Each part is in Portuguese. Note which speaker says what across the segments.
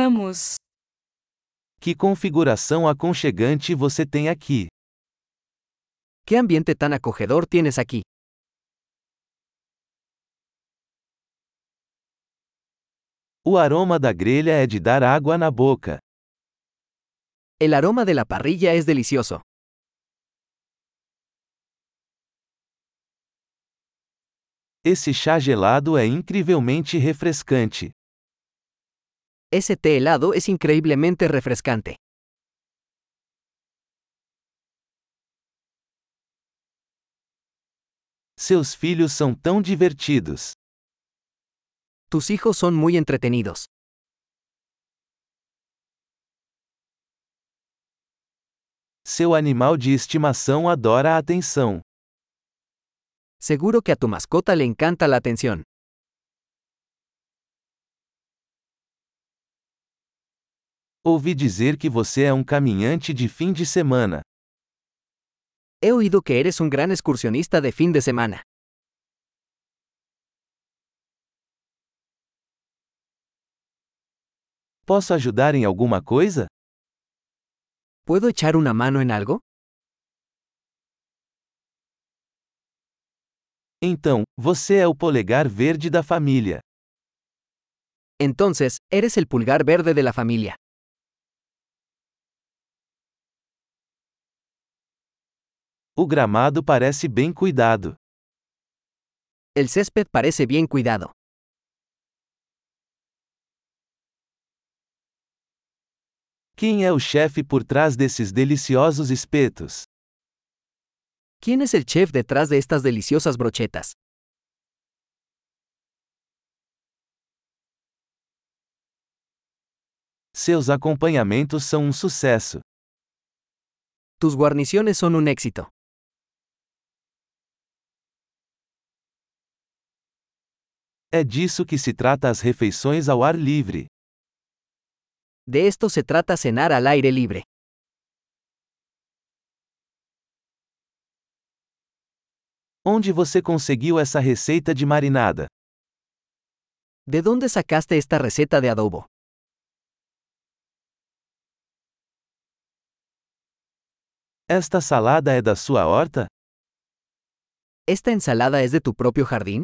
Speaker 1: Vamos!
Speaker 2: Que configuração aconchegante você tem aqui.
Speaker 3: ¿Qué ambiente tan acogedor tienes aquí?
Speaker 2: O aroma da grelha é de dar água na boca.
Speaker 3: El aroma de la parrilla es delicioso.
Speaker 2: Esse chá gelado é incrivelmente refrescante.
Speaker 3: Ese té helado es increíblemente refrescante.
Speaker 2: Seus filhos são tão divertidos.
Speaker 3: Tus hijos son muy entretenidos.
Speaker 2: Seu animal de estimação adora a atenção.
Speaker 3: Seguro que a tu mascota le encanta la atención.
Speaker 2: Ouvi dizer que você é um caminhante de fim de semana.
Speaker 3: He oído que eres un gran excursionista de fin de semana.
Speaker 2: Posso ajudar em alguma coisa?
Speaker 3: ¿Puedo echar una mano en algo?
Speaker 2: Então, você é o polegar verde da família.
Speaker 3: Entonces, eres el pulgar verde de la familia.
Speaker 2: O gramado parece bem cuidado.
Speaker 3: El césped parece bien cuidado.
Speaker 2: Quem é o chefe por trás desses deliciosos espetos?
Speaker 3: ¿Quién es el chef detrás de estas deliciosas brochetas?
Speaker 2: Seus acompanhamentos são um sucesso.
Speaker 3: Tus guarniciones son un éxito.
Speaker 2: É disso que se trata as refeições ao ar livre.
Speaker 3: De esto se trata cenar al aire libre.
Speaker 2: Onde você conseguiu essa receita de marinada?
Speaker 3: ¿De dónde sacaste esta receta de adobo?
Speaker 2: Esta salada é da sua horta?
Speaker 3: ¿Esta ensalada es de tu propio jardín?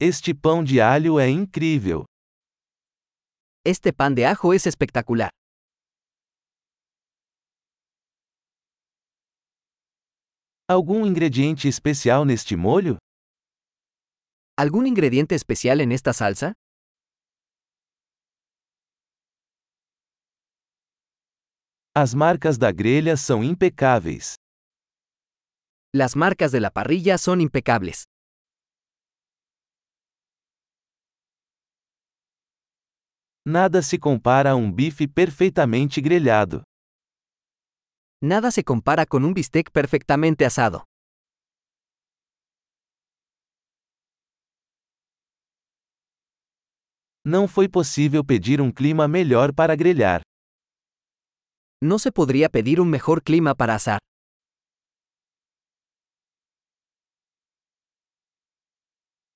Speaker 2: Este pão de alho é incrível.
Speaker 3: Este pan de ajo es espectacular.
Speaker 2: Algum ingrediente especial neste molho?
Speaker 3: ¿Algún ingrediente especial en esta salsa?
Speaker 2: As marcas da grelha são impecáveis.
Speaker 3: Las marcas de la parrilla son impecables.
Speaker 2: Nada se compara a um bife perfeitamente grelhado.
Speaker 3: Nada se compara con un bistec perfectamente asado.
Speaker 2: Não foi possível pedir um clima melhor para grelhar.
Speaker 3: No se podría pedir un mejor clima para asar.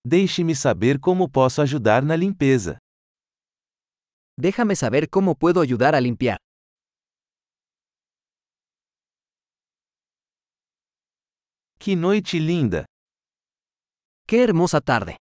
Speaker 2: Deixe-me saber como posso ajudar na limpeza.
Speaker 3: Déjame saber cómo puedo ayudar a limpiar.
Speaker 2: Que noite linda!
Speaker 3: ¡Qué hermosa tarde!